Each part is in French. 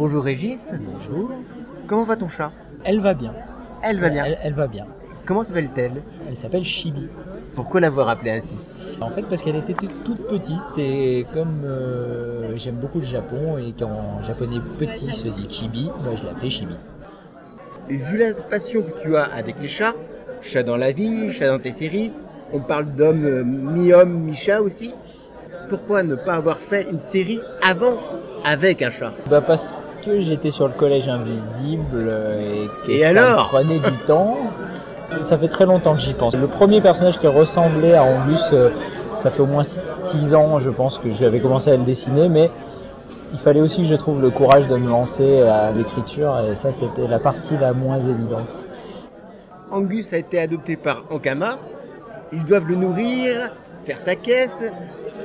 Bonjour Régis, Bonjour. comment va ton chat Elle va bien. Elle va bien. Elle, elle va bien. Comment s'appelle-t-elle Elle s'appelle Chibi. Pourquoi l'avoir appelée ainsi En fait, parce qu'elle était toute toute petite et comme euh, j'aime beaucoup le Japon et qu'en japonais petit se dit Chibi, bah, je l'ai appelée Chibi. Vu la passion que tu as avec les chats, chat dans la vie, chat dans tes séries, on parle d'homme euh, mi-homme, mi-chat aussi. Pourquoi ne pas avoir fait une série avant avec un chat Bah parce que j'étais sur le collège invisible euh, et que Et ça alors me prenait du temps. Ça fait très longtemps que j'y pense. Le premier personnage qui ressemblait à Angus, euh, ça fait au moins 6 ans, je pense, que j'avais commencé à le dessiner, mais il fallait aussi que je trouve le courage de me lancer à l'écriture, et ça, c'était la partie la moins évidente. Angus a été adopté par Ankama, ils doivent le nourrir, faire sa caisse.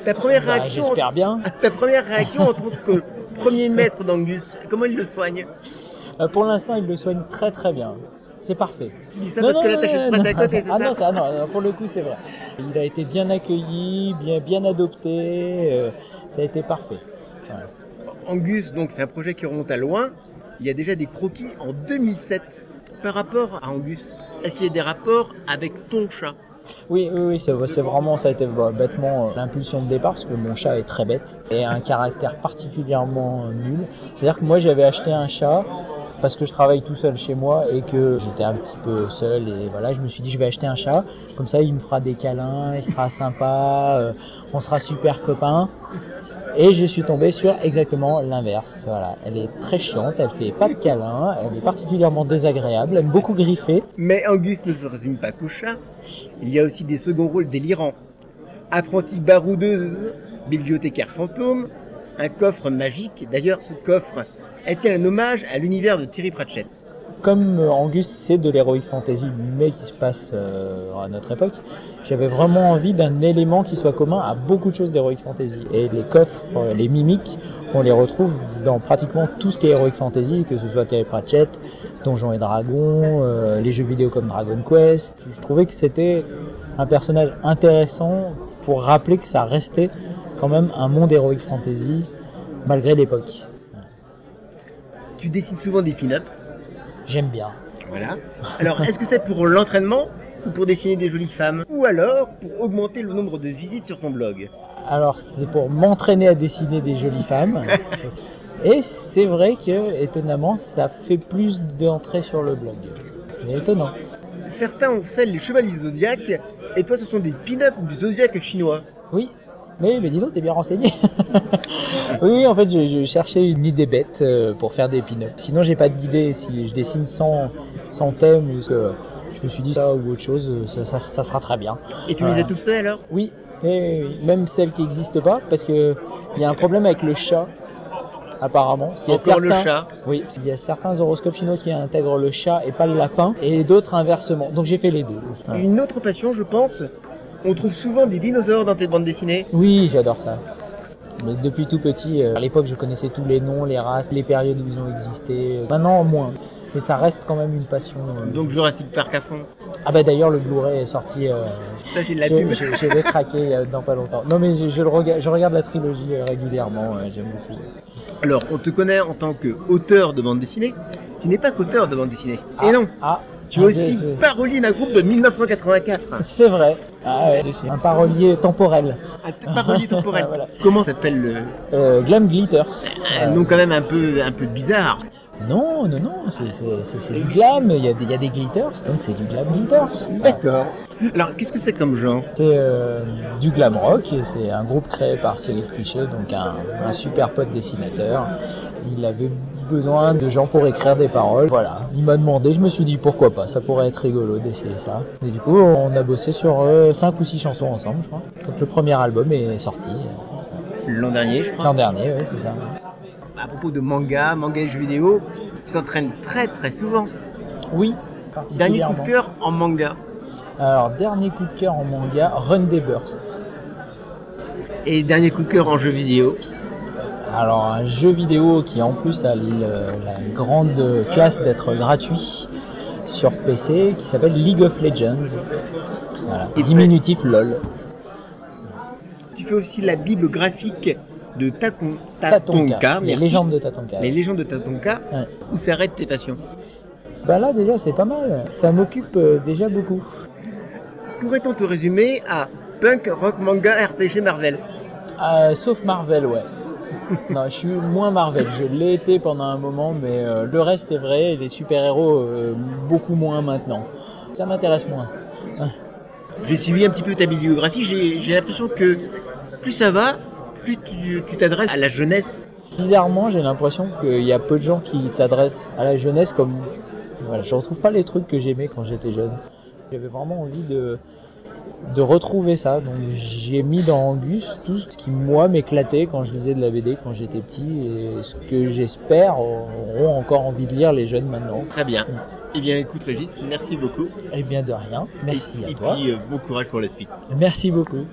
Ta première Bah, réaction, J'espère bien. ta première réaction en tant que premier maître d'Angus, comment il le soigne Euh, Pour l'instant, il le soigne très très bien. C'est parfait. Tu dis ça parce que l'attaché de presse à côté, c'est ah ça non, ah non, non, pour le coup, c'est vrai. Il a été bien accueilli, bien, bien adopté, euh, ça a été parfait. Voilà. Angus, donc c'est un projet qui remonte à loin. Il y a déjà des croquis en 2007. Par rapport à Angus, est-ce qu'il y a des rapports avec ton chat Oui, oui, oui, c'est c'est vraiment, ça a été bah, bêtement euh, l'impulsion de départ, parce que mon chat est très bête et a un caractère particulièrement euh, nul. C'est-à-dire que moi, j'avais acheté un chat parce que je travaille tout seul chez moi et que j'étais un petit peu seul et voilà, je me suis dit, je vais acheter un chat, comme ça, il me fera des câlins, il sera sympa, euh, on sera super copains. Et je suis tombé sur exactement l'inverse. Voilà, elle est très chiante, elle fait pas de câlins, elle est particulièrement désagréable, elle aime beaucoup griffer. Mais Angus ne se résume pas qu'au chat. Il y a aussi des seconds rôles délirants. Apprenti baroudeuse, bibliothécaire fantôme, un coffre magique. D'ailleurs, ce coffre est un hommage à l'univers de Terry Pratchett. comme euh, Angus, c'est de l'héroïque fantasy, mais qui se passe euh, à notre époque, j'avais vraiment envie d'un élément qui soit commun à beaucoup de choses d'héroïque fantasy. Et les coffres, euh, les mimiques, on les retrouve dans pratiquement tout ce qui est héroïque fantasy, que ce soit Terry Pratchett, Donjons et Dragons, euh, les jeux vidéo comme Dragon Quest. Je trouvais que c'était un personnage intéressant pour rappeler que ça restait quand même un monde héroïque fantasy, malgré l'époque. Tu dessines souvent des pin-up. J'aime bien. Voilà. Alors, est-ce que c'est pour l'entraînement ou pour dessiner des jolies femmes Ou alors pour augmenter le nombre de visites sur ton blog Alors, c'est pour m'entraîner à dessiner des jolies femmes. Et c'est vrai que, étonnamment, ça fait plus d'entrées sur le blog. C'est étonnant. Certains ont fait les chevaliers du zodiaque, et toi, ce sont des pin-up du zodiaque chinois. Oui, mais, mais dis donc, t'es bien renseigné. oui, oui, en fait, je, je cherchais une idée bête euh, pour faire des pin-ups. Sinon, j'ai pas d'idée. Si je dessine sans, sans thème, parce que je me suis dit ça ou autre chose, ça, ça- ça sera très bien. Et tu Ouais. les as tous faits alors Oui, et même celles qui n'existent pas, parce que il y a un problème avec le chat, apparemment. Parce qu'il y a Encore le certains- chat. Oui, parce qu'il y a certains horoscopes chinois qui intègrent le chat et pas le lapin, et d'autres inversement. Donc j'ai fait les deux. Voilà. Une autre passion, je pense, on trouve souvent des dinosaures dans tes bandes dessinées. Oui, j'adore ça. Mais depuis tout petit, euh, à l'époque, je connaissais tous les noms, les races, les périodes où ils ont existé. Maintenant, moins. Mais ça reste quand même une passion. euh. Donc Jurassic Park à fond. Ah bah d'ailleurs, le Blu-ray est sorti. euh, Ça, c'est de la je- pub. je- je l'ai craqué il y a- dans pas longtemps. Non mais je, je le regarde, je regarde la trilogie euh, régulièrement. euh, J'aime beaucoup. Alors, on te connaît en tant qu'auteur de bande dessinée. Tu n'es pas qu'auteur de bande dessinée. Ah, et non, Ah, tu es ah, aussi je- je- parolier d'un groupe de 1984. C'est vrai. Ah ouais, je suis un parolier temporel. Un parolier temporel. Ah, Voilà. Comment s'appelle le, Euh, Glam Glitters. Un Euh, nom quand même un peu, un peu bizarre. Non, non, non, c'est- c'est c'est- c'est du glam, il y, a des- il y a des glitters, donc c'est du glam glitters. D'accord. Alors, qu'est-ce que c'est comme genre C'est euh, du glam rock, et c'est un groupe créé par Cyril Trichet, donc un, un super pote dessinateur. Il avait besoin de gens pour écrire des paroles, voilà. Il m'a demandé, je me suis dit pourquoi pas, ça pourrait être rigolo d'essayer ça. Et du coup, on a bossé sur 5 ou 6 chansons ensemble, je crois. Donc le premier album est sorti euh, L'an dernier, je crois. l'an dernier, oui, c'est ça. À propos de manga, manga et jeux vidéo, tu t'entraînes très très souvent. Oui, Dernier particulièrement. coup de cœur en manga. Alors, dernier coup de cœur en manga, Run Day Burst. Et dernier coup de cœur en jeu vidéo. Alors, un jeu vidéo qui en plus a le- la grande classe d'être gratuit sur PC qui s'appelle League of Legends. Voilà, Et diminutif LOL. Tu fais aussi la bible graphique de Takon- Tatonka, Tatonka, les merci. légendes de Tatonka. Les légendes de Tatonka, Ouais. où s'arrêtent tes passions Bah là déjà c'est pas mal, ça m'occupe euh, déjà beaucoup. Pourrait-on te résumer à punk, rock, manga, RPG, Marvel Euh, sauf Marvel, ouais. non, je suis moins Marvel. Je l'ai été pendant un moment, mais euh, le reste est vrai. et Les super-héros, euh, beaucoup moins maintenant. Ça m'intéresse moins. J'ai suivi un petit peu ta bibliographie, j'ai j'ai l'impression que plus ça va, plus tu tu t'adresses à la jeunesse. Bizarrement, j'ai l'impression qu'il y a peu de gens qui s'adressent à la jeunesse comme. Voilà, je retrouve pas les trucs que j'aimais quand j'étais jeune. J'avais vraiment envie de, de retrouver ça. Donc j'ai mis dans Angus tout ce qui, moi, m'éclatait quand je lisais de la BD quand j'étais petit et ce que j'espère auront encore envie de lire les jeunes maintenant. Très bien. Eh bien écoute Régis, merci beaucoup. Eh bien, de rien. Merci et, à et toi. puis euh, bon courage pour la suite. Merci beaucoup.